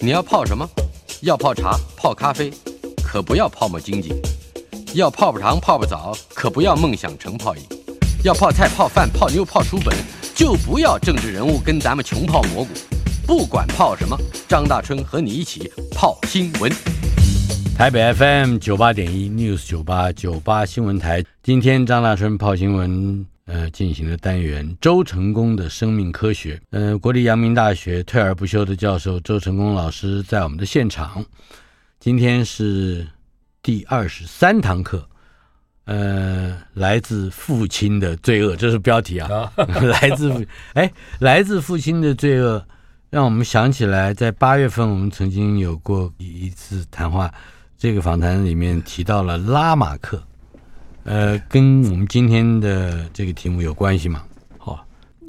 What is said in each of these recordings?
你要泡什么？要泡茶、泡咖啡，可不要泡沫经济；要泡泡糖、泡泡澡，可不要梦想成泡影；要泡菜、泡饭、泡妞、泡书本，就不要政治人物跟咱们穷泡蘑菇。不管泡什么，张大春和你一起泡新闻。台北 FM 九八点一 News 九八九八新闻台，今天张大春泡新闻，呃，进行的单元周成功的生命科学，呃，国立阳明大学退而不休的教授周成功老师在我们的现场，今天是第二十三堂课，呃，来自父亲的罪恶，这是标题啊， 来自父，哎，来自父亲的罪恶，让我们想起来，在八月份我们曾经有过一一次谈话。这个访谈里面提到了拉马克，呃，跟我们今天的这个题目有关系吗？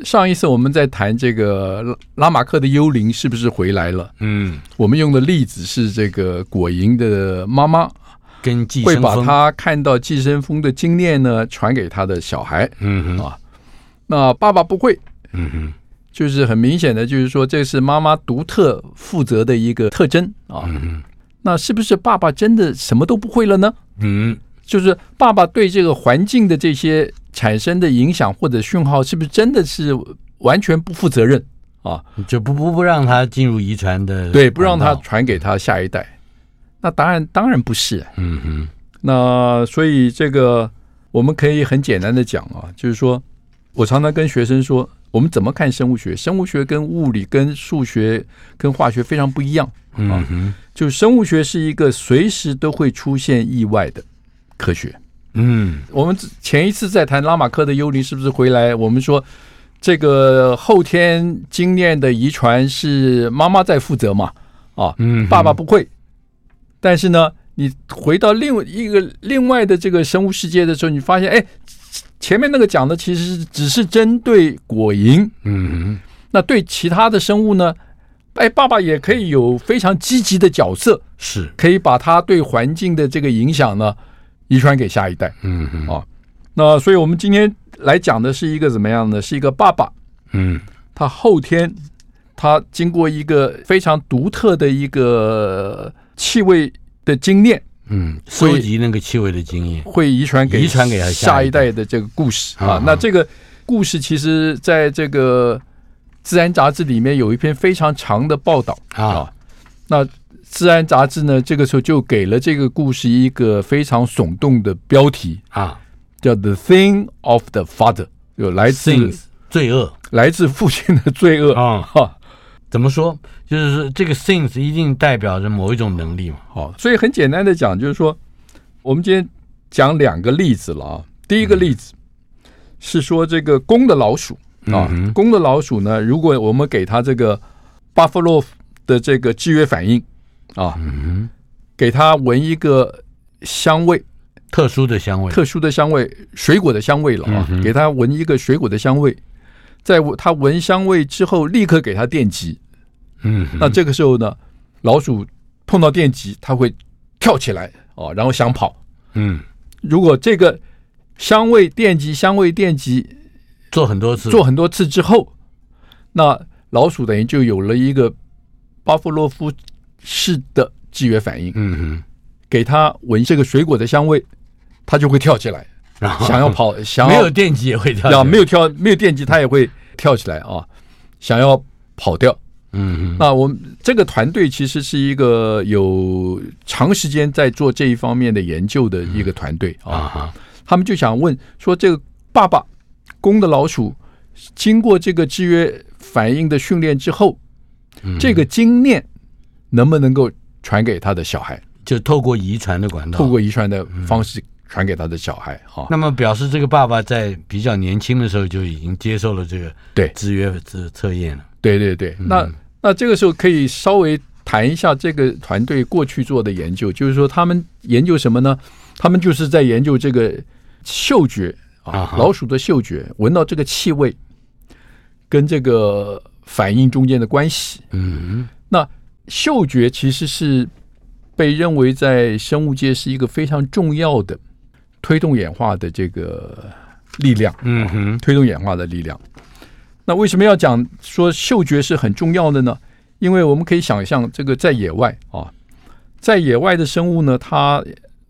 上一次我们在谈这个拉拉马克的幽灵是不是回来了？嗯，我们用的例子是这个果蝇的妈妈跟寄会生把蜂，她看到寄生蜂的经验呢传给她的小孩，嗯哼，啊那爸爸不会，嗯哼，就是很明显的，就是说这是妈妈独特负责的一个特征啊。那是不是爸爸真的什么都不会了呢？嗯，就是爸爸对这个环境的这些产生的影响或者讯号，是不是真的是完全不负责任啊？就不不不让他进入遗传的，对，不让他，传给他下一代。那答案当然不是。嗯哼，那所以这个我们可以很简单的讲啊，就是说我常常跟学生说，我们怎么看生物学？生物学跟物理、跟数学、跟化学非常不一样。嗯哼，就是生物学是一个随时都会出现意外的科学。嗯我们前一次在谈拉马克的幽灵是不是回来，我们说这个后天经验的遗传是妈妈在负责嘛？啊，嗯哼，爸爸不会。但是呢，你回到另外一个另外的这个生物世界的时候，你发现，哎，前面那个讲的其实是只是针对果蝇，嗯那对其他的生物呢，哎，爸爸也可以有非常积极的角色，哼，是，可以把他对环境的这个影响呢，遗传给下一代。嗯哼，哦那所以我们今天来讲的是一个怎么样呢？是一个爸爸，嗯他后天他经过一个非常独特的一个气味的经验。嗯，收集那个气味的经验，会遗传给遗传给他下下一一代代的这个故事啊啊。那这个故事其实在这个《自然》杂志里面有一篇非常长的报道啊。那《自然》杂志呢，这个时候就给了这个故事一个非常耸动的标题，啊叫《The Thing of the Father》，有来自，things 罪恶来自父亲的罪恶。啊，哈，怎么说？就是说这个 things 一定代表着某一种能力嘛。好，所以很简单的讲，就是说，我们今天讲两个例子了啊。第一个例子是说这个公的老鼠啊嗯，哼公的老鼠呢，如果我们给它这个巴甫洛夫的这个制约反应啊，嗯给它闻一个香味，哼，特殊的香味，特殊的香味，水果的香味了啊嗯，哼给它闻一个水果的香味，在我它闻香味之后，立刻给它电击。嗯哼，那这个时候呢，老鼠碰到电极，它会跳起来哦，然后想跑。嗯，如果这个香味电极、香味电极做很多次，做很多次之后，那老鼠等于就有了一个巴甫洛夫式的制约反应，嗯哼，给它闻这个水果的香味，它就会跳 起来，然后想要跑，想没要有电极也会跳起来，呀没有跳没有电极，它也会跳起来啊，想要跑掉。嗯哼，那我们这个团队其实是一个有长时间在做这一方面的研究的一个团队啊啊，哈，他们就想问说，这个爸爸公的老鼠经过这个制约反应的训练之后，嗯这个经验能不能够传给他的小孩，就透过遗传的管道，透过遗传的方式传给他的小孩哈。嗯那么表示这个爸爸在比较年轻的时候就已经接受了这个对制约测测验了。对对对，那嗯那这个时候可以稍微谈一下这个团队过去做的研究，就是说他们研究什么呢？他们就是在研究这个嗅觉啊啊，哈老鼠的嗅觉，闻到这个气味跟这个反应中间的关系。嗯，那嗅觉其实是被认为在生物界是一个非常重要的推动演化的这个力量。嗯哼，推动演化的力量。那为什么要讲说嗅觉是很重要的呢？因为我们可以想象，这个在野外啊，在野外的生物呢，它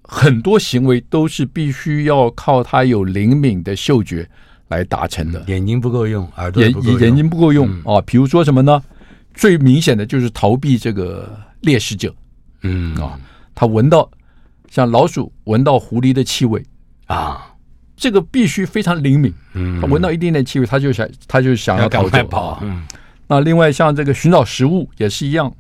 很多行为都是必须要靠它有灵敏的嗅觉来达成的，眼睛不够用，耳朵也眼嗯不够用嗯眼睛不够用啊。比如说什么呢？最明显的就是逃避这个猎食者，嗯啊它闻到像老鼠闻到狐狸的气味，啊，这个必须非常灵敏，嗯它闻到一定的气味，它就想它就想要要赶逃快走跑啊，嗯，那另外像这个寻找食物也是一样，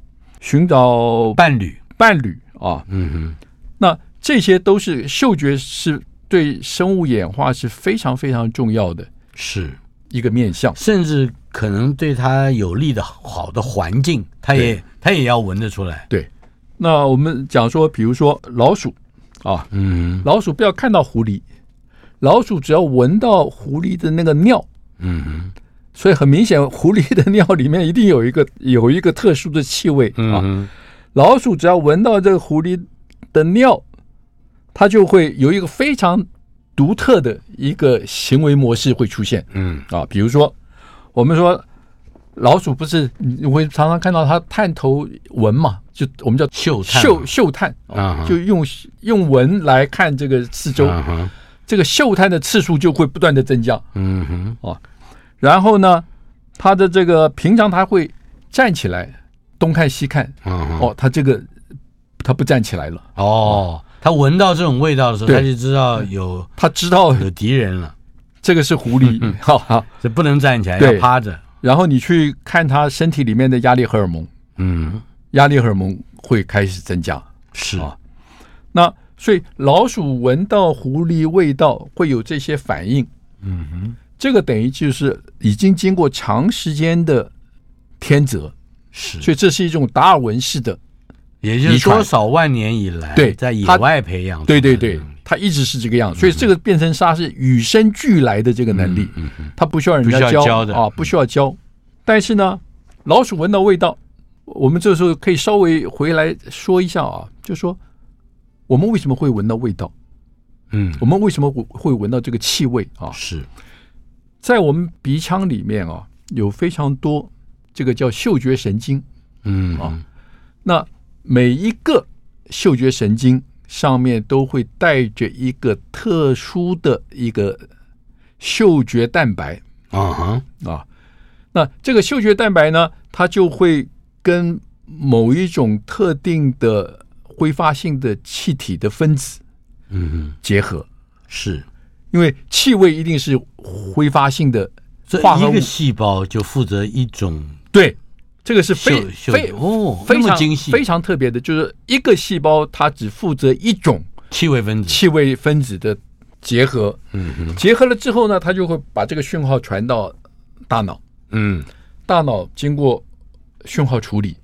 寻找伴伴侣，伴侣啊，嗯那这些都是嗅觉是对生物演化是非常非常重要的哼，是，一个面向。甚至可能对他有利的好的环境，他也他也要闻得出来。那我们讲说，比如说老鼠啊，嗯老鼠不要看到狐狸，老鼠只要闻到狐狸的那个尿，嗯哼所以很明显，狐狸的 尿里面一定有一个有一个特殊的气味啊。嗯老鼠只要闻到这个狐狸的尿，它就会有一个非常独特的一个行为模式会出现嗯啊。比如说，我们说老鼠不是你会常常看到它探头闻嘛，就我们叫嗅探嗅嗅探，啊哈就用用闻来看这个四周，嗯哼这个嗅探的次数就会不断的增加。嗯哼然后呢，它的这个平常它会站起来东看西看，嗯哼哦，它这个它不站起来了。哦，他闻到这种味道的时候，对他就知道有他知 道有敌人了，这个是狐 狸，好好。这不能站起来，对要趴着。然后你去看它身体里面的压力荷尔蒙，嗯，压力荷尔蒙会开始增加。是啊那所以老鼠闻到狐狸味道会有这些反应。嗯哼，这个等于就是已经经过长时间的天择，是，所以这是一种达尔文式的。也就是遗传多少万年以来，对在野他外培养出对来的对能力，对，它一直是这个嗯样，所以这个变成沙是与生俱来的这个能力，它不需要嗯人不家需要教教的啊，不需要教。但是呢，老鼠闻到味道，我们这时候可以稍微回来说一下啊，就说我们为什么会闻到味道，嗯，我们为什么会会闻到这个气味啊？是，在我们鼻腔里面啊，有非常多这个叫嗅觉神经，嗯啊那每一个嗅觉神经上面都会带着一个特殊的一个嗅觉蛋白啊哈，啊。那这个嗅觉蛋白呢，它就会跟某一种特定的挥发性的气体的分子嗯哼，结合，是，因为气味一定是挥发性的所化以合一物个。细胞就负责一种对，这个是非嗅嗅非哦，那非么常精细，非常特别的，就是一个细胞它只负责一种气味分子，气味分子的结合，嗯哼，结合了之后呢，它就会把这个讯号传到大脑，嗯大脑经过讯号处理，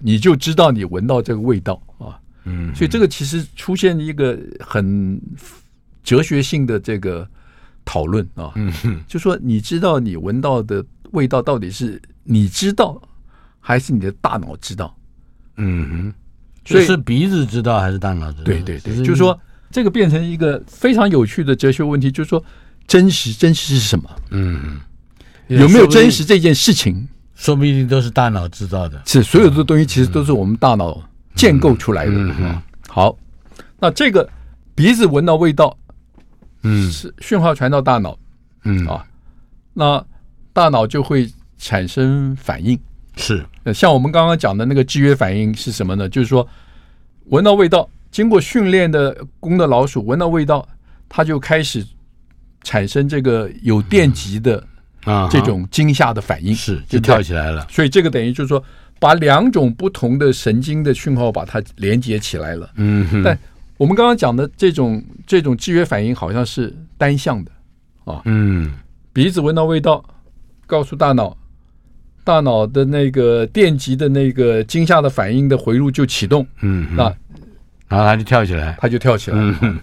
你就知道你闻到这个味道啊。嗯，所以这个其实出现一个很哲学性的这个讨论啊，嗯哼，就说你知道你闻到的味道到底是你知道，还是你的大脑知道？嗯哼，所以是鼻子知道还是大脑知道？对对对，只就是说，这个变成一个非常有趣的哲学问题，就是说真实真实是什么？嗯，有没有真说不定实这件事情？说不定都是大脑制造的。是所有的东西其实都是我们大脑建构出来的。啊嗯嗯好，那这个鼻子闻到味道嗯是讯号传到大脑，嗯啊那大脑就会产生反应。是，呃像我们刚刚讲的那个制约反应是什么呢？就是说，闻到味道，经过训练的公的老鼠闻到味道，它就开始产生这个有电极的啊哈，这种惊吓的反应，是就对不对跳起来了。所以这个等于就是说，把两种不同的神经的讯号把它连接起来了。嗯哼，但我们刚刚讲的这种这种制约反应好像是单向的，嗯鼻子闻到味道，告诉大脑，大脑的那个电极的那个惊吓的反应的回路就启动，嗯，那然后他就跳起来，它就跳起来。嗯哼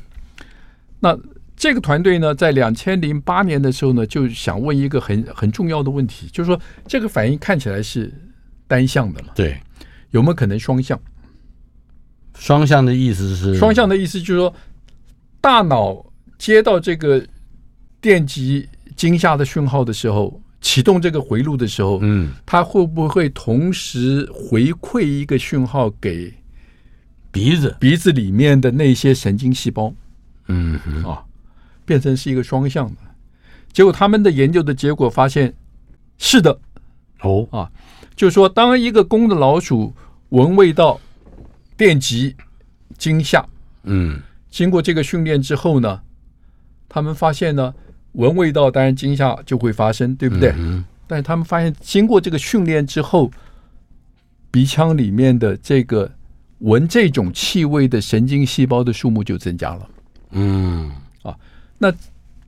那这个团队呢，在两千零八年的时候呢，就想问一个很很重要的问题，就是说这个反应看起来是单向的嘛，对，有没有可能双向？双向的意思是双向的意思就是说，大脑接到这个电极惊吓的讯号的时候，启动这个回路的时候，嗯它会不会同时回馈一个讯号给鼻子，鼻子里面的那些神经细胞？嗯哼啊，变成是一个双向的。结果他们的研究的结果发现，是的，哦就是说，当一个公的老鼠闻味道、电极、惊吓，嗯经过这个训练之后呢，他们发现呢，闻味道当然惊吓就会发生，对不对？嗯但是他们发现，经过这个训练之后，鼻腔里面的这个闻这种气味的神经细胞的数目就增加了。嗯，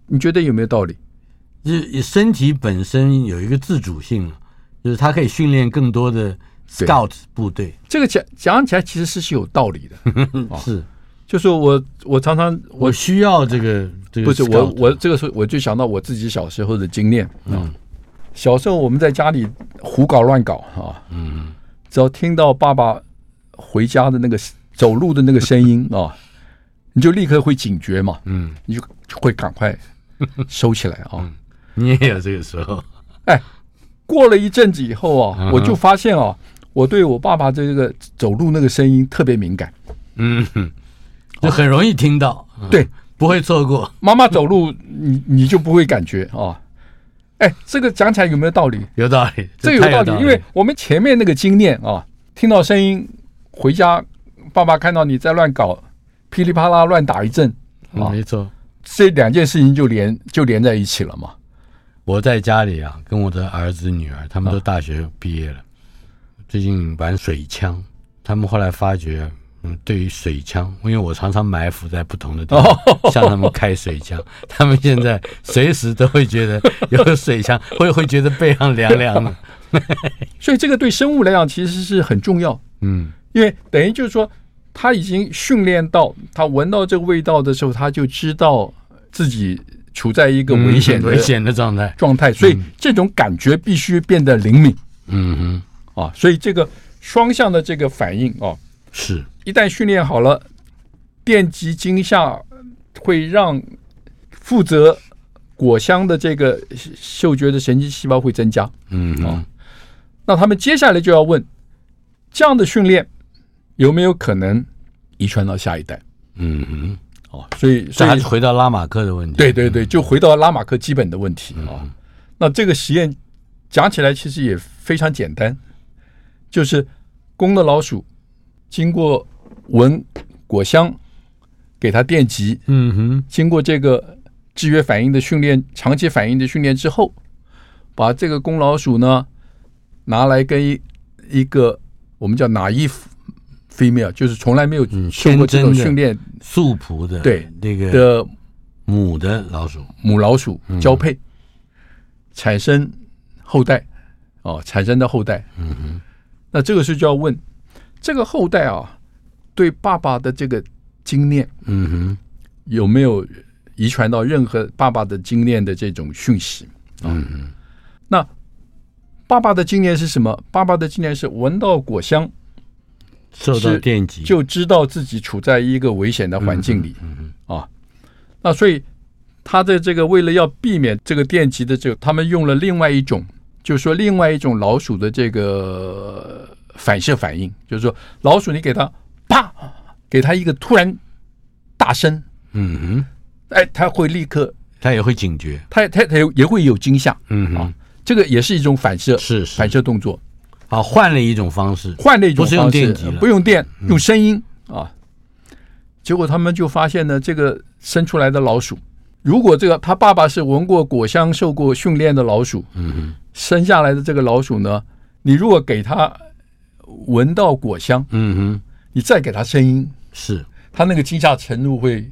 你觉得有没有道理？就是身体本身有一个自主性，就是它可以训练更多的 scout 部队，这个讲讲起来其实是是有道理的，哦是就是我我常常我我需要这个这个不是我 scout 嗯我这个时候我就想到我自己小时候的经验啊，小时候我们在家里胡搞乱搞啊，嗯，只要听到爸爸回家的那个走路的那个声音啊，你就立刻会警觉嘛，嗯，你就就会赶快收起来啊。你也有这个时候，过了一阵子以后啊嗯，哼我就发现啊，我对我爸爸这个走路那个声音特别敏感，嗯，就很容易听到，嗯对，不会错过，妈妈走路，你你就不会感觉啊。哎，这个讲起来有没有道理？有道理，这个太有道理，因为我们前面那个经验啊，听到声音回家，爸爸看到你在乱搞，噼里啪啦乱打一阵，嗯没错。这两件事情就连就连在一起了嘛。我在家里啊，跟我的儿子、女儿，他们都大学毕业了，最近玩水枪，他们后来发觉，嗯，对于水枪，因为我常常埋伏在不同的地方，向他们开水枪， 他们现在随时都会觉得有水枪， 会会觉得背上凉凉的，所以这个对生物来讲其实是很重要， 嗯，因为等于就是说，他已经训练到他闻到这个味道的时候，他就知道自己处在一个嗯危险嗯的危险的状态，状态，所以这种感觉必须变得灵敏。嗯哼，啊，所以这个双向的这个反应啊，是，一旦训练好了，电极惊吓会让负责果香的这个嗅觉的神经细胞会增加。嗯哼，那他们接下来就要问，这样的训练有没有可能遗传到下一代？嗯哼，哦，所以这所还以是回到拉马克的问题，对对对，就回到拉马克基本的问题啊。那这个实验讲起来其实也非常简单，就是公的老鼠经过闻果香，给它电极，嗯哼，经过这个制约反应的训练、长期反应的训练之后，把这个公老鼠呢拿来跟一一个我们叫 naive female，就是从来没有受过这种嗯天真的训练素朴的，对那个的母的老鼠，母老鼠交配，产生后代，哦，产生的后代。嗯那这个时候就要问，这个后代啊，对爸爸的这个经验嗯哼。有没有遗传到任何爸爸的经验的这种讯息？啊嗯那爸爸的经验是什么？爸爸的经验是闻到果香，受到是电击，就知道自己处在一个危险的环境里，啊，那所以他的这个为了要避免这个电极的这个，他们用了另外一种，就是说另外一种老鼠的这个呃反射反应，就是说老鼠你给它啪，给它一个突然大声，嗯哼，哎，它会立刻，他也会警觉，它它它也会有惊吓，嗯啊，这个也是一种反射是是反射动作，啊，换了一种方式，换了一种不是用方式电极了嗯不用电，用声音、啊。结果他们就发现呢，这个生出来的老鼠，如果这个他爸爸是闻过果香、受过训练的老鼠，嗯生下来的这个老鼠呢，你如果给它闻到果香，嗯哼，你再给它声音，是它那个惊吓程度会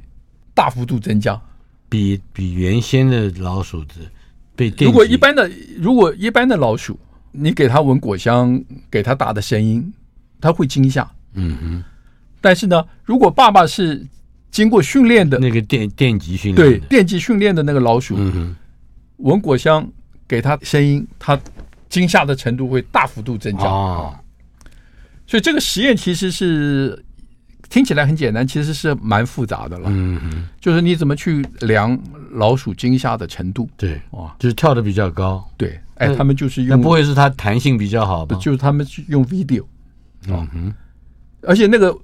大幅度增加。比比原先的老鼠子被电击如果一般的，如果一般的老鼠，你给它闻果香，给它打的声音，它会惊吓。嗯哼，但是呢，如果爸爸是经过训练的，那个电电击训练对的电击训练的那个老鼠，嗯哼，闻果香给它声音，它惊吓的程度会大幅度增加。哦，所以这个实验其实是听起来很简单，其实是蛮复杂的了。嗯哼，就是你怎么去量老鼠惊吓的程度？对，哇，就是跳的比较高，对，哎，那他们就是那用不会是它弹性比较好吧？就是他们去用 video，啊啊嗯哼，而且那个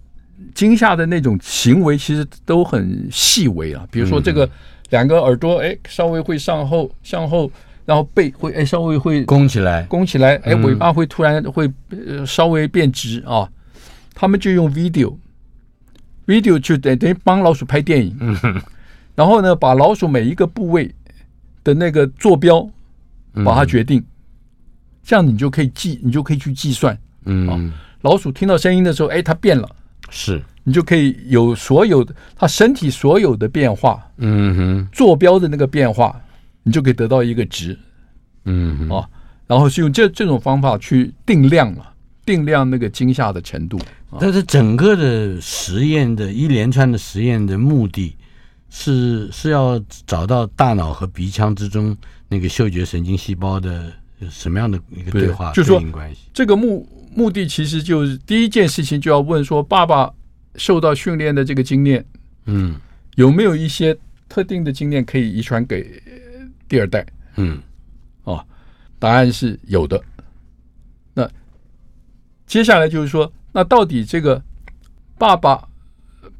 惊吓的那种行为其实都很细微啊，比如说这嗯个两个耳朵哎稍微会向后向后，然后背会哎稍微会弓起来，弓起来，哎嗯尾巴会突然会呃稍微变直啊，他们就用 video。video 就等等于帮老鼠拍电影，嗯哼，然后呢，把老鼠每一个部位的那个坐标把它决定，这样你就可以计，你就可以去计算。嗯，嗯哦老鼠听到声音的时候，哎，它变了，是，你就可以有所有的它身体所有的变化，嗯哼，坐标的那个变化，你就可以得到一个值嗯哼，啊。然后是用这这种方法去定量了，定量那个惊吓的程度。但是整个的实验的一连串的实验的目的是是要找到大脑和鼻腔之中那个嗅觉神经细胞的什么样的一个对话对就是说对应关系？这个目目的其实就是第一件事情就要问说，爸爸受到训练的这个经验嗯有没有一些特定的经验可以遗传给呃第二代？嗯哦，答案是有的。那接下来就是说，那到底这个爸爸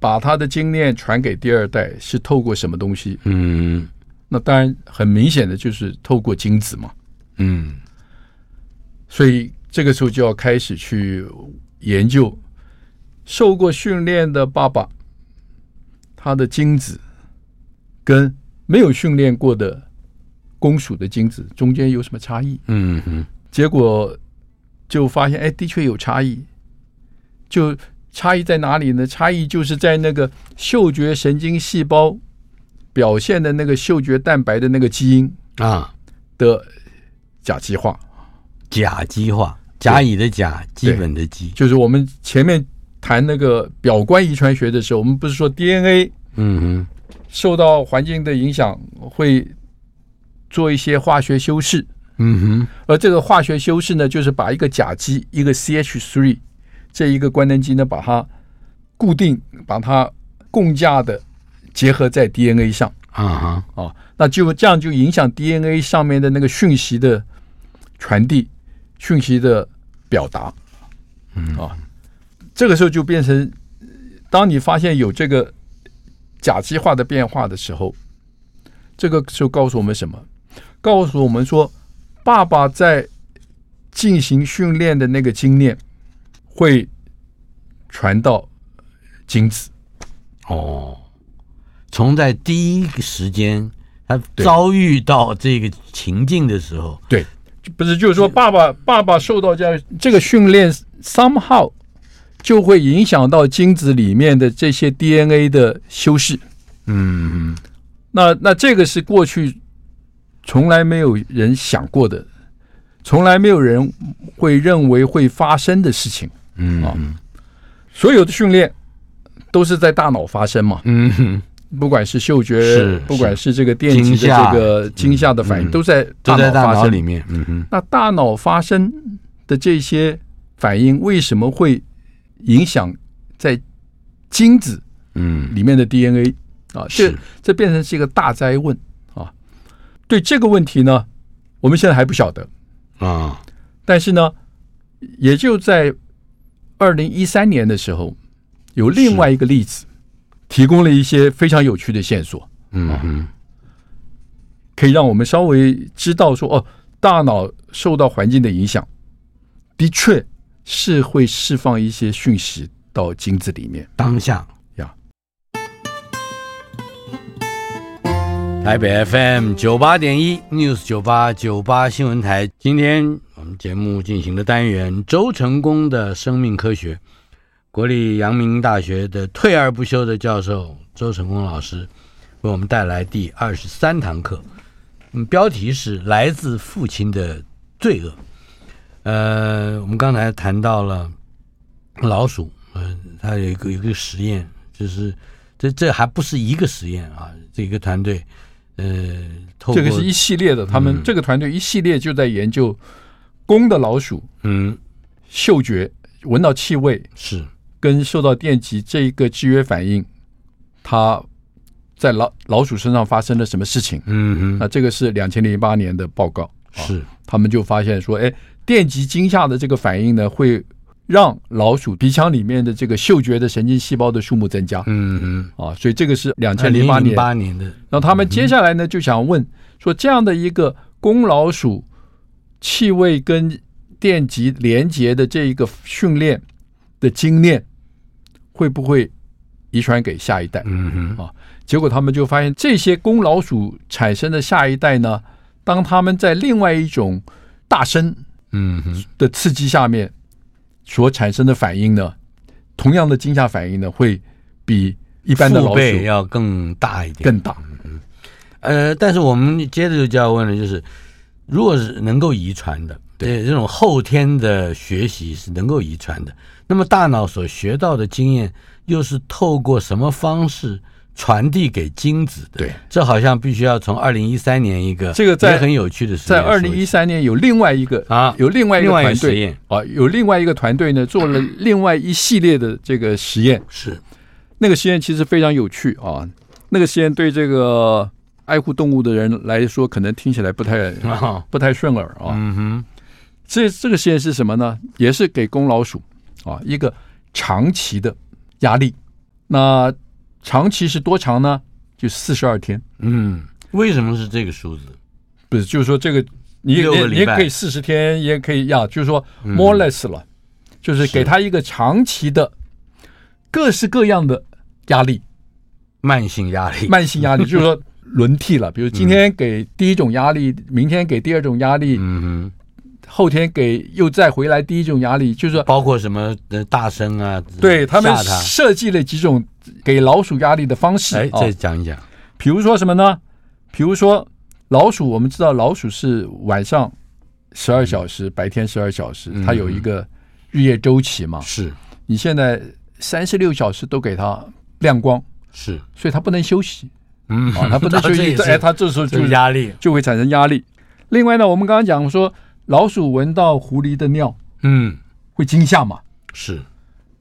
把他的经验传给第二代是透过什么东西？嗯那当然很明显的就是透过精子嘛。嗯所以这个时候就要开始去研究受过训练的爸爸他的精子跟没有训练过的公鼠的精子中间有什么差异？嗯嗯结果就发现，哎，的确有差异。就差异在哪里呢？差异就是在那个嗅觉神经细胞表现的那个嗅觉蛋白的那个基因啊，的甲基化，甲基化，甲乙的甲，基本的基，就是我们前面谈那个表观遗传学的时候，我们不是说 DNA 嗯受到环境的影响会做一些化学修饰，哼嗯而这个化学修饰呢，就是把一个甲基、一个 CH3 这一个关键基呢，把它固定，把它共价的结合在 DNA 上哼啊哈，啊，那就这样就影响 DNA 上面的那个讯息的传递、讯息的表达。嗯啊，这个时候就变成，当你发现有这个甲基化的变化的时候，这个就告诉我们什么？告诉我们说，爸爸在进行训练的那个经验会传到精子。哦，从在第一个时间他对遭遇到这个情境的时候，对，就不是，就是说爸爸爸爸受到这样这个训练，somehow 就会影响到精子里面的这些 DNA 的修饰。嗯那那这个是过去从来没有人想过的，从来没有人会认为会发生的事情。嗯啊所有的训练都是在大脑发生嘛，嗯哼，不管是嗅是觉，不管是这个电惊极的吓这个惊吓的反应，嗯都在都在大发脑生里面，嗯哼，那大脑发生的这些反应为什么会影响在精子嗯里面的 DNA 啊？这是这变成是一个大灾问啊！对这个问题呢，我们现在还不晓得，啊，但是呢，也就在二零一三年的时候，有另外一个例子提供了一些非常有趣的线索，嗯哼，可以让我们稍微知道说，哦，大脑受到环境的影响，的确是会释放一些讯息到精子里面。当下呀。台北 FM 九八点一 News 九八九八新闻台，今天我们节目进行的单元《周成功的生命科学》，国立阳明大学的退而不休的教授周成功老师，为我们带来第二十三堂课，嗯，标题是“来自父亲的罪恶”。呃，我们刚才谈到了老鼠，嗯、它有一个有一个实验，就是这这还不是一个实验啊，这个团队，呃，透过嗯这个是一系列的，他们这个团队一系列就在研究公的老鼠嗯嗅觉闻到气味是跟受到电极这一个制约反应，它在老老鼠身上发生了什么事情？嗯那哼这个是两千零八年的报告，是他们就发现说，哎，电极惊吓的这个反应呢，会让老鼠鼻腔里面的这个嗅觉的神经细胞的数目增加嗯哼，啊，所以这个是两二千零零八零年。八年的那他们接下来呢，就想问说，这样的一个公老鼠气味跟电极连接的这一个训练的经验，会不会遗传给下一代？嗯哼，结果他们就发现，这些公老鼠产生的下一代呢，当他们在另外一种大声嗯哼，的刺激下面所产生的反应呢，同样的惊吓反应呢，会比一般的父老辈鼠要更大一点，更大。呃，但是我们接着就要问了，就是如果是能够遗传的，对这种后天的学习是能够遗传的，那么大脑所学到的经验又是透过什么方式传递给精子的？对，这好像必须要从二零一三年一个这个在也很有趣的事，在二零一三年有另外一个啊有另外一个另外一个团实队验啊，有另外一个团队呢做了另外一系列的这个实验。是 那个实验其实非常有趣啊，那个实验对这个爱护动物的人来说，可能听起来不太 啊，不太顺耳啊。嗯哼，这这个实验是什么呢？也是给公老鼠啊一个长期的压力。那长期是多长呢？就四十二天，嗯，为什么是这个数字？不是，就是说这个你六个你礼你也拜嗯可以四十天，也可以呀，就是说 more or less 了，就是给他一个长期的各式各样的压 力，慢性压力，慢性压力，就是说轮 替了，比如今天给第一种压力，明天给第二种压力，嗯后天给又再回来第一种压力，就是说哼，包括什么呃大声啊，对他们吓他设计了几种给老鼠压力的方式哎，啊再，讲一讲，比如说什么呢？比如说老鼠，我们知道老鼠是晚上十嗯二小时，白天十二小时，它有一个日夜周期嘛。是你现在三十六小时都给它亮光，是，所以它不能休息嗯，啊，它不 能这休也息，是哎，它这时候就就是压力，就会产生压力。另外呢，我们刚刚讲说，老鼠闻到狐狸的尿嗯，会惊吓嘛，是，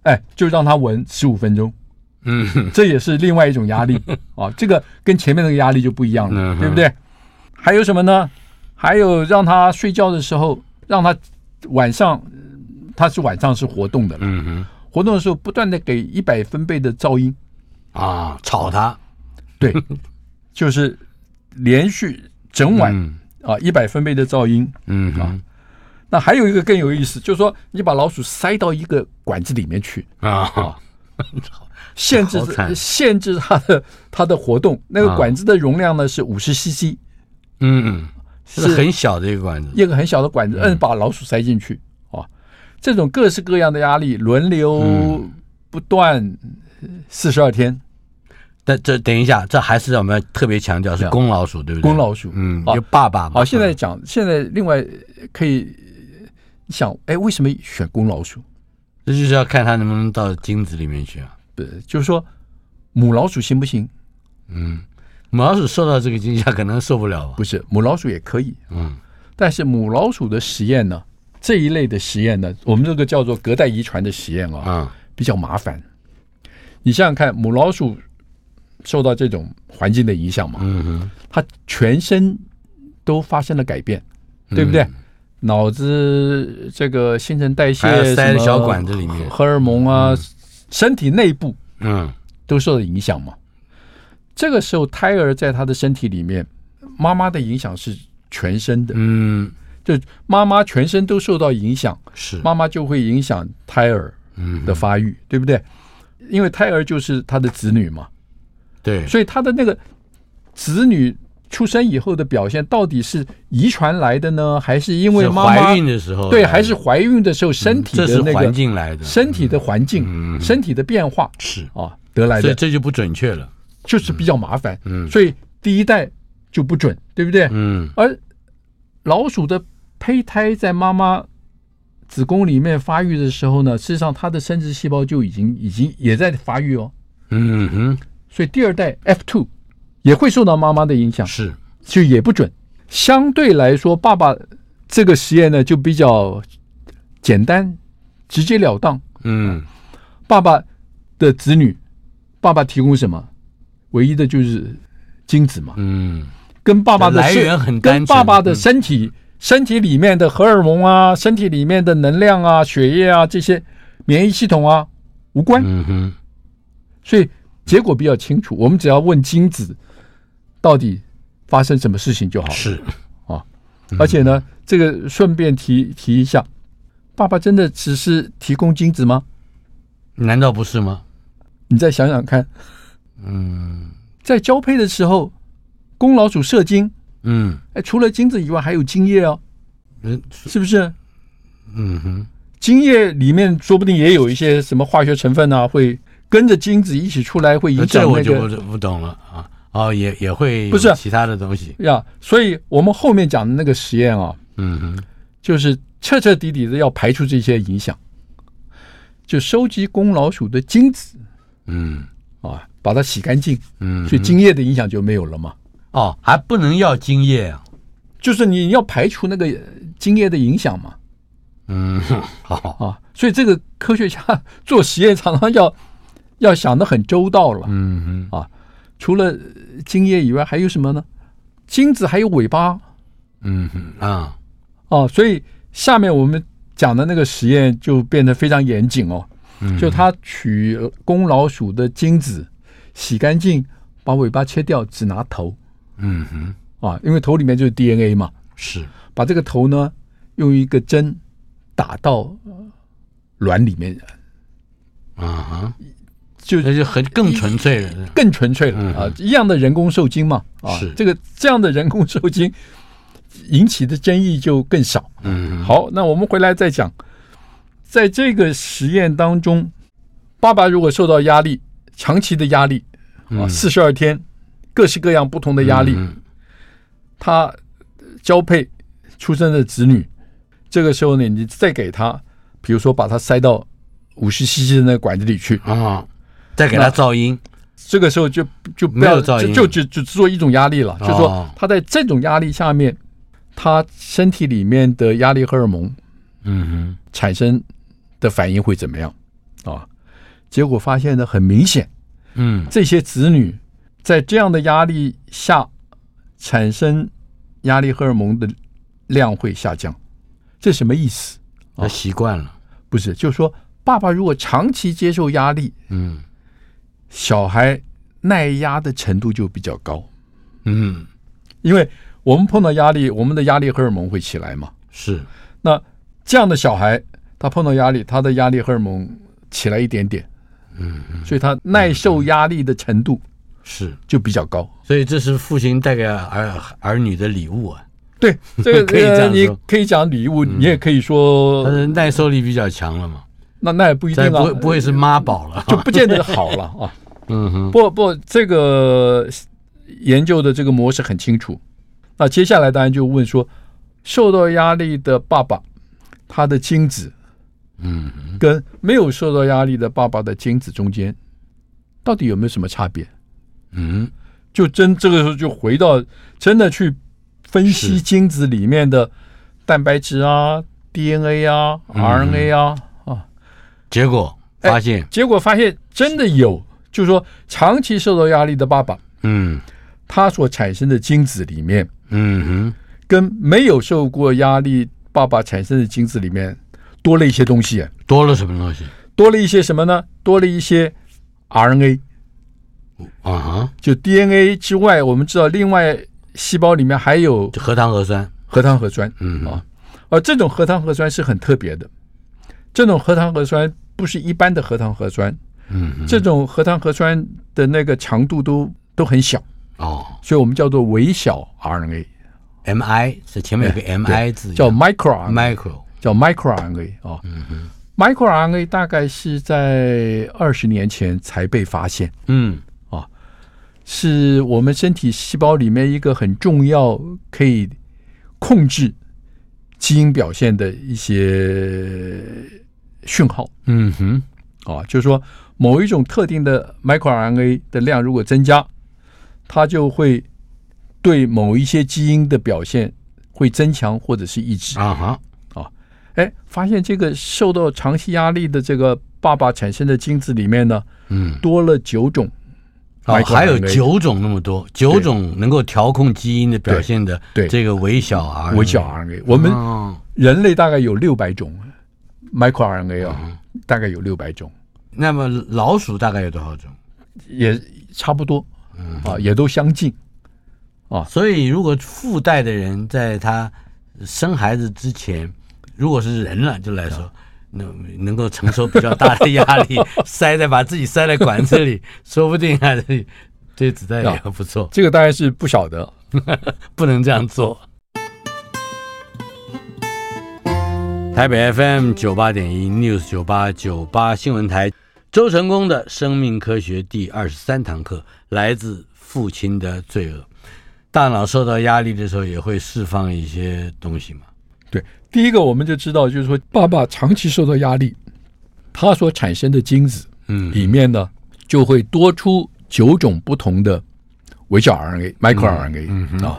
哎，就让它闻十五分钟。 嗯这也是另外一种压 力啊，这个跟前面那个压力就不一样嗯了，哼对不对？还有什么呢？还有让他睡觉的时候，让他晚上，他是晚上是活动的了，嗯哼，活动的时候不断的给一百分贝的 噪音，啊，吵他，对，就是连续整晚嗯啊一百分贝的噪音。嗯哼那还有一个更有意思，就是说你把老鼠塞到一个管子里面去，啊，限制好惨限制它的它的活动。那啊个管子的容量呢是五十 CC，嗯，是是很小的一个管子，一个很小的管子，嗯，把老鼠塞进去啊。这种各式各样的压力轮流嗯不断，呃四十二天，但这等一下，这还是我们要特别强调是对公老鼠，对不对？啊公老鼠。嗯，好就爸爸嘛，啊好，现在讲，现在另外可以想，哎，为什么选公老鼠？这就是要看他能不能到精子里面去啊。不是，就是说母老鼠行不行？母老鼠受到这个惊吓，可能受不了啊吧不？是，母老鼠也可以，啊嗯，但是母老鼠的实验呢，这一类的实验呢，我们这个叫做隔代遗传的实验啊，啊，比较麻烦。你想想看，母老鼠受到这种环境的影响嘛，嗯哼，它全身都发生了改变，嗯对不对？脑子这个新陈代谢还要塞什么小管子嗯里面荷尔蒙啊，身体内部嗯都受到影响嘛。这个时候，胎儿在他的身体里面，妈妈的影响是全身的，嗯，就妈妈全身都受到影响，是，妈妈就会影响胎儿嗯，的发育，对不对？因为胎儿就是他的子女嘛，对，所以他的那个子女出生以后的表现到底是遗传来的呢，还是因为是妈妈怀孕的时候，对，还是怀孕的时候身体这的是那环个境来的，身体的环境、嗯身体的变化是，啊得来所以的，这就不准确了。就是比较麻烦。嗯所以第一代就不准，对不对？嗯，而老鼠的胚胎在妈妈子宫里面发育的时候呢，事实上它的生殖细胞就已经已经也在发育哦，嗯哼，所以第二代 F two 也会受到妈妈的影响，是就也不准。相对来说，爸爸这个实验呢就比较简单、直截了当。嗯爸爸的子女，爸爸提供什么？唯一的就是精子嘛，嗯，跟爸爸的来身源很单纯跟爸爸的嗯身体、身体里面的荷尔蒙啊，身体里面的能量啊、血液啊这些免疫系统啊无关，嗯哼，所以结果比较清楚。我们只要问精子到底发生什么事情就好了。是，而且呢，这个顺便提提一下，爸爸真的只是提供精子吗？难道不是吗？你再想想看，嗯在交配的时候，公老鼠射精，嗯哎，除了精子以外还有精液哦，嗯是不是？嗯哼，精液里面说不定也有一些什么化学成分啊，会跟着精子一起出来，会影那响呃这我那就个不不懂了啊。哦，也也会有不是其他的东西。呀。所以我们后面讲的那个实验啊，嗯哼，就是彻彻底底的要排除这些影响，就收集公老鼠的精子嗯啊，把它洗干净，嗯所以精液的影响就没有了嘛。哦，还不能要精液啊。就是你要排除那个呃精液的影响嘛嗯， 好，啊，所以这个科学家 做实验常常要要想得很周到了。嗯哼，除了呃精液以外，还有什么呢？精子还有尾巴嗯哼，啊，哦，所以下面我们讲的那个实验就变得非常严谨哦。嗯就他取呃公老鼠的精子，洗干净，把尾巴切掉，只拿头嗯哼，啊，因为头里面就是 DNA 嘛。是，把这个头呢，用一个针打到呃卵里面，啊哈，就那就很更纯粹了。更纯粹了哎嗯啊！一样的人工受精嘛啊是，这个这样的人工受精引起的争议就更少。嗯，好，那我们回来再讲，在这个实验当中，爸爸如果受到压力，长期的压力啊，嗯四十二天，各式各样不同的压力，嗯他呃交配出生的子女，这个时候呢，你再给他，比如说把它塞到五十 cc 的那个管子里去，啊，再给他噪音。这个时候就就不没要有噪就音就只只做一种压力了，就是说哦他在这种压力下面，他身体里面的压力荷尔蒙嗯产生的反应会怎么样啊？结果发现呢，很明显，哼，嗯这些子女在这样的压力下产生压力荷尔蒙的量会下降。这什么意思？，他习惯了。不是，就是说，爸爸如果长期接受压力，嗯小孩耐压的程度就比较高。嗯，因为我们碰到压力，我们的压力荷尔蒙会起来嘛。是，那这样的小孩，他碰到压力，他的压力荷尔蒙起来一点点，嗯，所以他耐受压力的程度是，就比较高。所以这是父亲带给儿儿女的礼物啊， 对，这个可以这样嗯呃你说可以讲礼物，你也可以他说，的耐受力比较强了嘛，那那也不一定再不啊会，不会是妈宝了。就不见得好了啊。嗯哼，不不，这个研究的这个模式很清楚。那接下来当然就问说，受到压力的爸爸，他的精子嗯跟没有受到压力的爸爸的精子中间，到底有没有什么差别？嗯，就真这个时候就回到真的去分析是精子里面的蛋白质啊、DNA 啊、RNA 啊啊，结果发现，结果发现真的有，就是说长期受到压力的爸爸，嗯他所产生的精子里面，嗯哼，跟没有受过压力爸爸产生的精子里面多了一些东西，啊多了什么东西？多了一些什么呢？多了一些 RNA。啊哈，就 DNA 之外，我们知道另外细胞里面还有就核糖核酸。核糖核酸，嗯啊而这种核糖核酸是很特别的。这种核糖核酸不是一般的核糖核酸，嗯哼，这种核糖核酸的那个强度都都很小，哦所以我们叫做微小 RNA， ，MI 是前面有个 MI 字，叫 micro RNA， micro 叫 micro RNA 哦。嗯哼。 micro RNA 大概是在二十年前才被发现，嗯是我们身体细胞里面一个很重要可以控制基因表现的一些讯号嗯哼，啊，就是说某一种特定的 microRNA 的量如果增加，它就会对某一些基因的表现会增强或者是抑制。啊哈，哎，发现这个受到长期压力的这个爸爸产生的精子里面呢，嗯，多了九种 microRNA。哦，还有九种那么多，九种能够调控基因的表现的，对对这个微小 R，微小 RNA，我我们们人类大概有六百种 microRNA 啊、大概有六百种，那么老鼠大概有多少种？也差不多啊，也都相近。所以如果附带的人在他生孩子之前，如果是人了，就来啊说。能能够承受比较大的压力， 塞在把自己塞在管子里，说不定啊，这这子弹也啊不错，这个大概是不晓得。啊不能这样做。台北 FM 九八点一 News 九八九八新闻台，周成功的生命科学第二十三堂课，来自父亲的罪恶。大脑受到压力的时候，也会释放一些东西嘛。对，第一个我们就知道，就是说爸爸长期受到压力，他所产生的精子嗯里面呢，就会多出九种不同的微小 RNA、microRNA、啊。嗯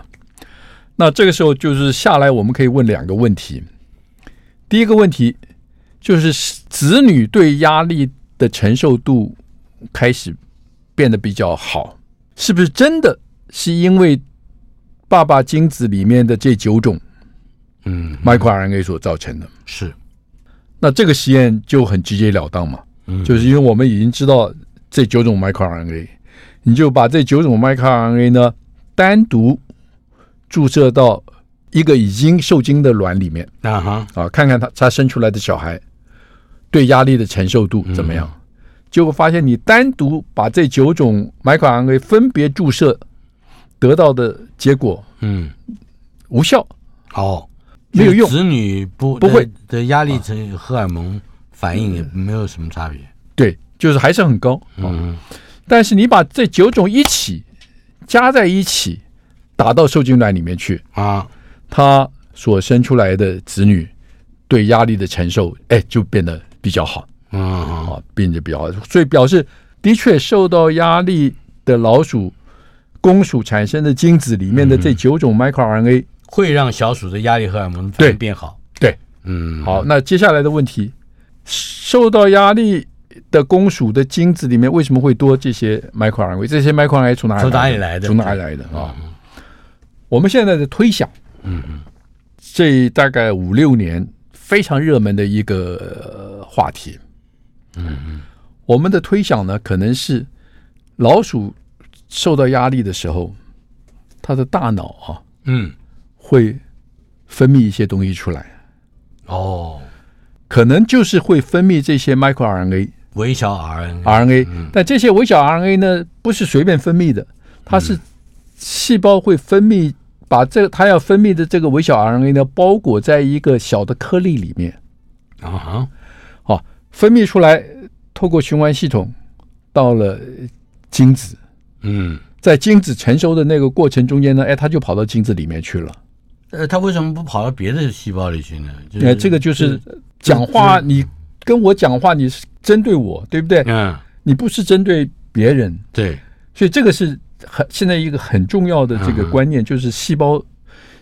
那这个时候就是下来，我们可以问两个问题。第一个问题就是子女对压力的承受度开始变得比较好，是不是真的是因为爸爸精子里面的这九种嗯， microRNA 所造成的？是那这个实验就很直截了当嘛，嗯就是因为我们已经知道这九种 microRNA，你就把这九种 microRNA 呢单独注射到一个已经受精的卵里面啊哈，啊，看看它它生出来的小孩对压力的承受度怎么样。结果发现，你单独把这九种 microRNA 分别注射，得到的结果嗯，无效，哦，没有用子女不不会的压力成荷尔蒙反应也没有什么差别。对，就是还是很高。啊嗯但是你把这九种一起加在一起，打到受精卵里面去，啊，它所生出来的子女对压力的承受，哎，就变得比较好嗯，啊，变得比较好。所以表示，的确受到压力的老鼠公鼠产生的精子里面的嗯这九种 microRNA，、会让小鼠的压力荷尔蒙反应对变好。对，嗯，好，那接下来的问题，受到压力。的公鼠的精子里面为什么会多这些 microRNA？这些 microRNA 从哪里从哪里来的嗯从哪里来的啊？我们现在的推想，嗯嗯，这大概五六年非常热门的一个呃话题，嗯嗯，我们的推想呢，可能是老鼠受到压力的时候，它的大脑啊嗯，会分泌一些东西出来，哦，可能就是会分泌这些 microRNA。微小 RNA， RNA，、但这些微小 RNA 呢，不是随便分泌的，它是细胞会分泌，把这它要分泌的这个微小 RNA 呢，包裹在一个小的颗粒里面，啊哈，啊，分泌出来，透过循环系统到了精子，嗯，在精子成熟的那个过程中间呢，哎，它就跑到精子里面去了。呃，它为什么不跑到别的细胞里去呢？就哎，这个就是嗯讲话，你跟我讲话，你是针对我，对不对？嗯，你不是针对别人。对，所以这个是很现在一个很重要的嗯这个观念，就是细胞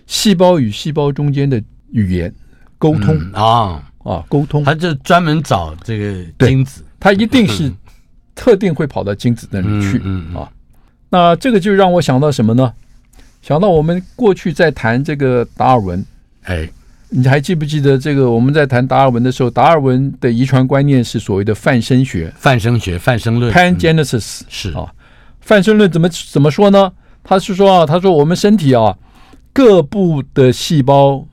细胞与细胞中间的语言沟通、嗯啊，啊，沟通，它就专门找这个对精子，它一定是特定会跑到精子那里去、嗯嗯嗯嗯啊。那这个就让我想到什么呢？想到我们过去在谈这个达尔文，哎，你还记不记得这个？我们在谈达尔文的时候，达尔文的遗传观念是所谓的泛生学泛生学、泛生论， （pangenesis）。是啊泛生论怎么怎么说呢？他是说啊，他说我们身体啊，各部的细胞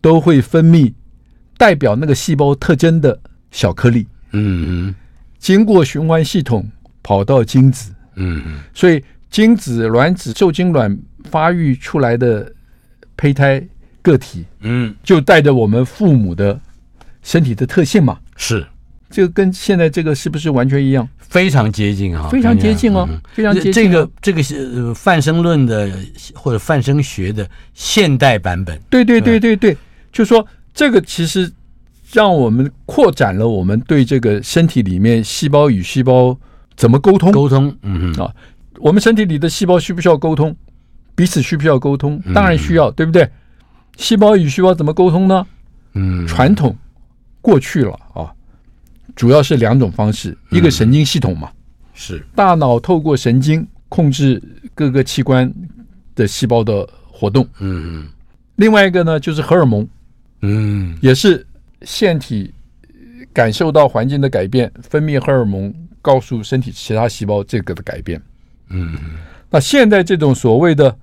都会分泌代表那个细胞特征的小颗粒，嗯嗯经过循环系统跑到精子，嗯嗯，所以精子、卵子、受精卵发育出来的胚胎个体，嗯，就带着我们父母的身体的特性嘛。是这个跟现在这个是不是完全一样？非常接近啊，非常接近哦看起来嗯非常接近哦这个这个是呃泛生论的或者泛生学的现代版本，对对嗯对对对，就说这个其实让我们扩展了我们对这个身体里面细胞与细胞怎么沟通，沟通，嗯哼，我们身体里的细胞需不需要沟通？彼此需不需要沟通？嗯当然需要，对不对？细胞与细胞怎么沟通呢？嗯，传统过去了啊，主要是两种方式，一嗯个神经系统嘛，是大脑透过神经控制各个器官的细胞的活动；嗯嗯另外一个呢，就是荷尔蒙，嗯也是腺体感受到环境的改变，分泌荷尔蒙，告诉身体其他细胞这个的改变。嗯那现在这种所谓的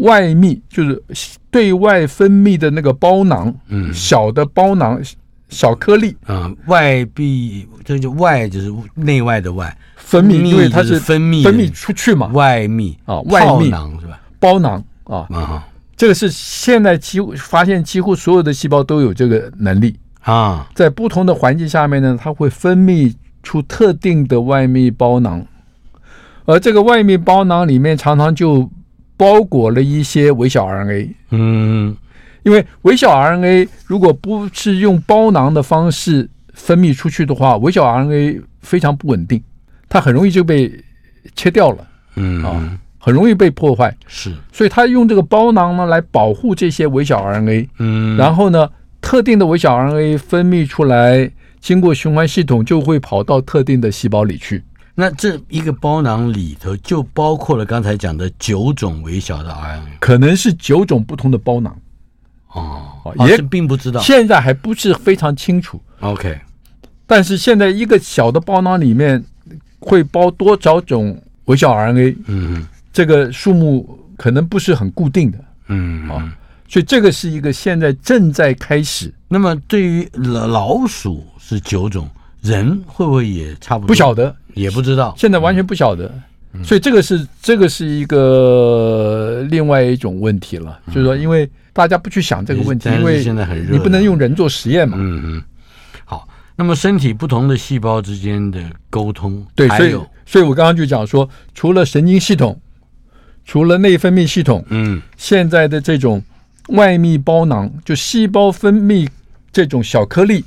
外泌，就是对外分泌的那个包囊，嗯小的包囊、小颗粒啊，外壁这就外就是内外的外，分泌，泌因为它就是是分泌分的泌出去嘛，外密啊外泡密囊是吧？包囊啊，啊这个是现在几乎发现几乎所有的细胞都有这个能力，啊，在不同的环境下面呢，它会分泌出特定的外泌包囊，而这个外泌包囊里面常常就包裹了一些微小 RNA。嗯因为微小 RNA 如果不是用包囊的方式分泌出去的话，微小 RNA 非常不稳定，它很容易就被切掉了，嗯啊很容易被破坏。是所以它用这个包囊呢来保护这些微小 RNA，嗯，然后呢，特定的微小 RNA 分泌出来，经过循环系统就会跑到特定的细胞里去。那这一个包囊里头就包括了刚才讲的九种微小的 RNA 可能是九种不同的包囊，啊哦，也是并不知道。现在还不是非常清楚。 OK，但是现在一个小的包囊里面会包多少种微小 RNA，嗯这个数目可能不是很固定的，嗯，哦好。所以这个是一个现在正在开始，那么对于老老鼠是九种，人会不会也差不多？不晓得，也不知道。现在完全不晓得。嗯所以这个是这个是一个另外一种问题了，就是说，因为大家不去想这个问题，嗯但是因为现在很热你不能用人做实验嘛。嗯嗯，好。那么身体不同的细胞之间的沟通，对，还所以有所以我刚刚就讲说，除了神经系统，除了内分泌系统，嗯现在的这种外泌包囊，就细胞分泌这种小颗粒，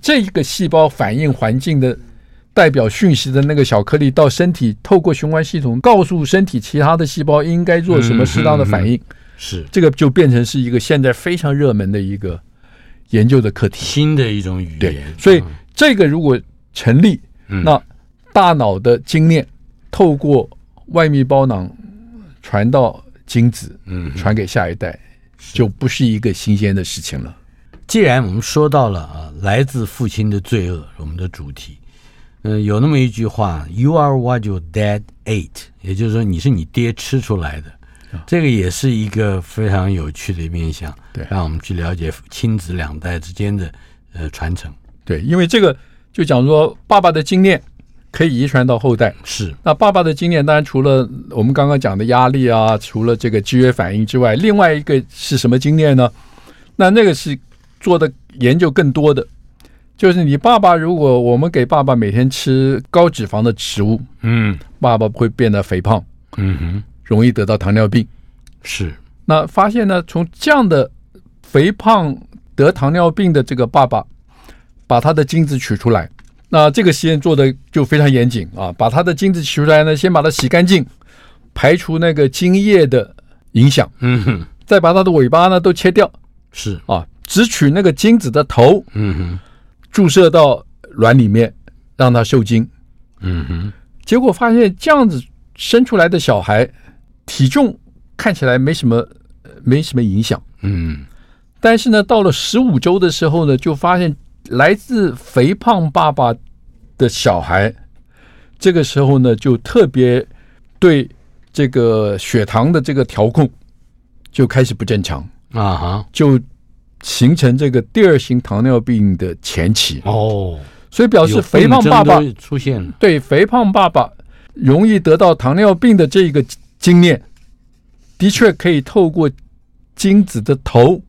这一个细胞反映环境的代表讯息的那个小颗粒，到身体透过循环系统告诉身体其他的细胞应该做什么适当的反应，是这个就变成是一个现在非常热门的一个研究的课题。新的一种语对言，，所以这个如果成立，嗯那大脑的经验透过外泌包囊传到精子，嗯传给下一代，就不是一个新鲜的事情了。既然我们说到了啊，来自父亲的罪恶，我们的主题，嗯、有那么一句话，“You are what your dad ate”，也就是说你是你爹吃出来的。啊这个也是一个非常有趣的面向，对让我们去了解亲子两代之间的呃传承。对，因为这个就讲说爸爸的经验可以遗传到后代。是，那爸爸的经验，当然除了我们刚刚讲的压力啊，除了这个制约反应之外，另外一个是什么经验呢？那那个是做的研究更多的，就是你爸爸如果我们给爸爸每天吃高脂肪的食物，嗯爸爸会变得肥胖，嗯哼，容易得到糖尿病。是，那发现呢，从这样的肥胖得糖尿病的这个爸爸，把他的精子取出来。那这个实验做的就非常严谨啊，把他的精子取出来呢，先把它洗干净，啊排除那个精液的影响，嗯哼，再把它的尾巴呢都切掉是，啊，只取那个精子的头嗯哼，注射到卵里面，让它受精。嗯哼，结果发现这样子生出来的小孩，体重看起来没什么没什么影响。嗯但是呢，到了十五周的时候呢，就发现来自肥胖爸爸的小孩，这个时候呢，就特别对这个血糖的这个调控就开始不正常，啊哈，就形成这个第二型糖尿病的前期。哦，所以表示有肥胖病爸爸症都出现了，对肥胖爸爸容易得到糖尿病的这个经验，的确可以透过精子的头，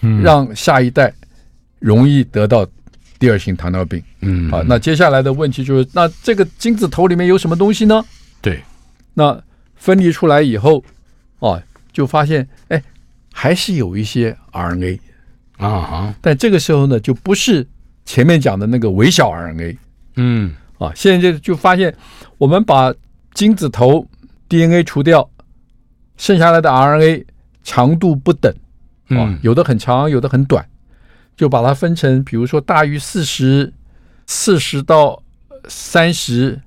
嗯让下一代容易得到第二型糖尿病。嗯好，那接下来的问题就是，那这个精子头里面有什么东西呢？对，那分离出来以后，哦，就发现，哎，还是有一些 RNA，啊哈，但这个时候呢，就不是前面讲的那个微小 RNA 嗯啊，现在就就发现，我们把精子头 DNA 除掉，剩下来的 RNA 长度不等啊，嗯有的很长，有的很短，就把它分成，比如说大于四十、四十到三十、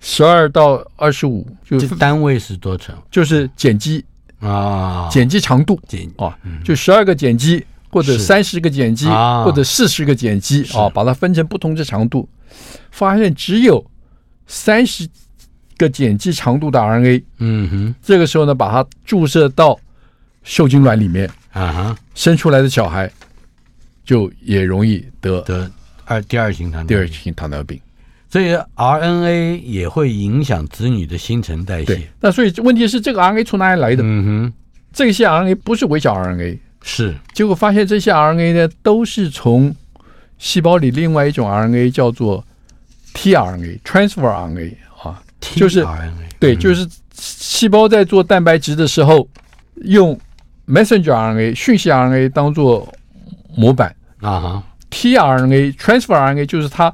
十二到二十五，就这单位是多少就是碱基啊？碱基长度减啊，就十二个碱基或者是三十个碱基啊或者四十个碱基是啊，把它分成不同的长度，发现只有三十个碱基长度的 RNA，嗯哼这个时候呢，把它注射到受精卵里面，啊哈，生出来的小孩就也容易得得二第二型糖尿病第二型糖尿病。所以 RNA 也会影响子女的新陈代对谢。，那所以问题是这个 RNA 从哪里来的？哎嗯哼，这些 RNA 不是微小 RNA，是结果发现这些 RNA 呢，都是从细胞里另外一种 RNA 叫做 tRNA（transfer RNA） 啊，就是 RNA。对，就是细胞在做蛋白质的时候，用 messenger RNA 讯息 RNA 当做模板啊哈， ，tRNA transfer RNA 就是它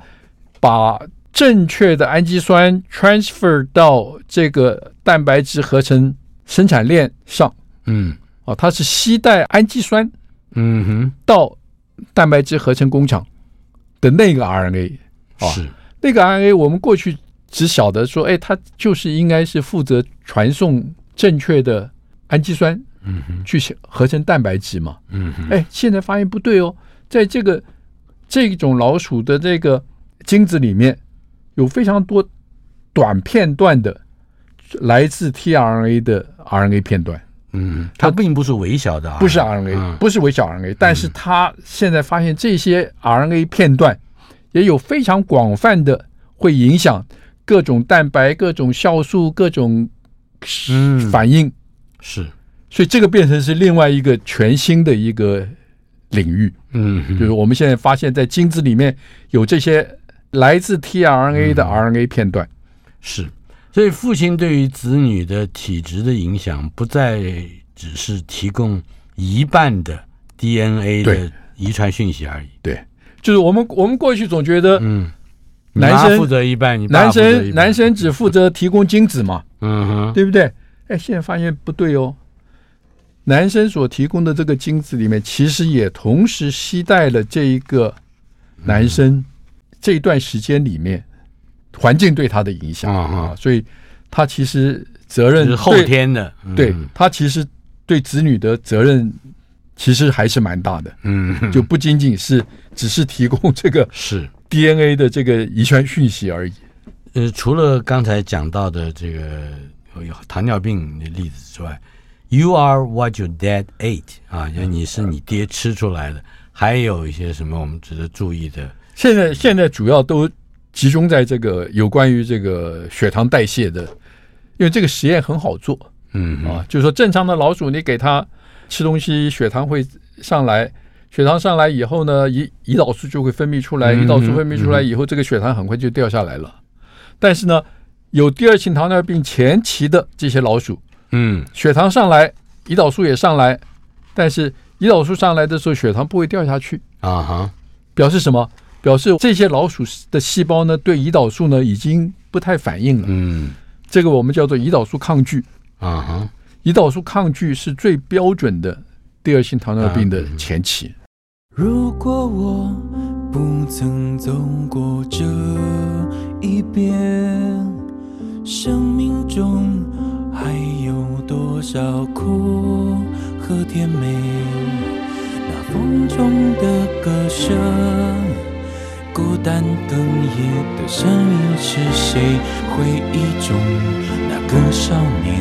把正确的氨基酸 transfer 到这个蛋白质合成生产链上嗯啊，它是吸带氨基酸嗯哼，到蛋白质合成工厂的那个 RNA，哦是那个 RNA 我们过去只晓得说，哎，它就是应该是负责传送正确的氨基酸嗯哼去合成蛋白质嘛。嗯哼，哎，现在发现不对哦，在这个这种老鼠的这个精子里面有非常多短片段的来自 tRNA 的 RNA 片段。嗯哼，它并不是微小的 RNA，不是啊 RNA，、嗯不是微小 RNA，但是它现在发现这些 RNA 片段也有非常广泛的会影响各种蛋白、各种酵素、各种嗯反应，是所以这个变成是另外一个全新的一个领域，嗯哼就是我们现在发现，在精子里面有这些来自 tRNA 嗯的 RNA 片段。是，所以父亲对于子女的体质的影响，不再只是提供一半的 DNA 对的遗传讯息而已。对，就是我们我们过去总觉得嗯，你男妈生负责一半，你爸男负责一生半男，生只负责提供精子嘛，嗯哼，对不对？哎，现在发现不对哦。男生所提供的这个精子里面，其实也同时携带了这一个男嗯生这一段时间里面环境对他的影响嗯嗯啊，所以他其实责这任是后对天的，嗯对他其实对子女的责任其实还是蛮大的，嗯哼，就不仅仅是只是提供这个 是 DNA 的这个遗传讯息而已。呃，除了刚才讲到的这个呃有糖尿病的例子之外，You are what your dad ate 啊，就你是你爹吃出来的，还有一些什么我们值得注意的？现在现在主要都集中在这个有关于这个血糖代谢的，因为这个实验很好做嗯哼啊，就是说正常的老鼠你给它吃东西，血糖会上来。血糖上来以后呢，胰胰岛素就会分泌出来，嗯胰岛素分泌出来以后，这个血糖很快就掉下来了。但是呢，有第二型糖尿病前期的这些老鼠，嗯，血糖上来，胰岛素也上来，但是胰岛素上来的时候，血糖不会掉下去，啊哈，表示什么？表示这些老鼠的细胞呢，对胰岛素呢已经不太反应了。嗯这个我们叫做胰岛素抗拒。啊哈，胰岛素抗拒是最标准的第二型糖尿病的前期。如果我不曾走过这一遍，生命中还有多少苦和甜美？那风中的歌声，孤单哽咽的声音是谁？回忆中那个少年，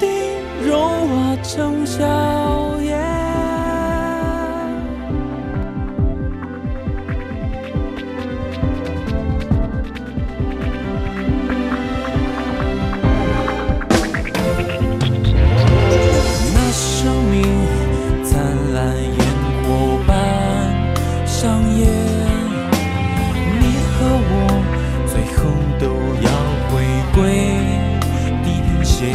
定融化成笑颜。那生命灿烂烟火般上演，你和我最后都要回归地平线，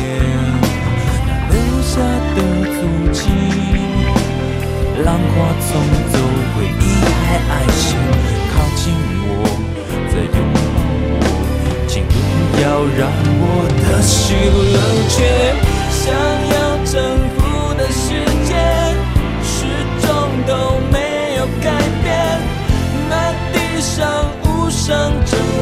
那留下的足迹，浪花冲走回忆还爱情，靠近我，再拥抱我。请不要让我的心冷却。想要征服的世界，始终都没有改变。那地上无声震哎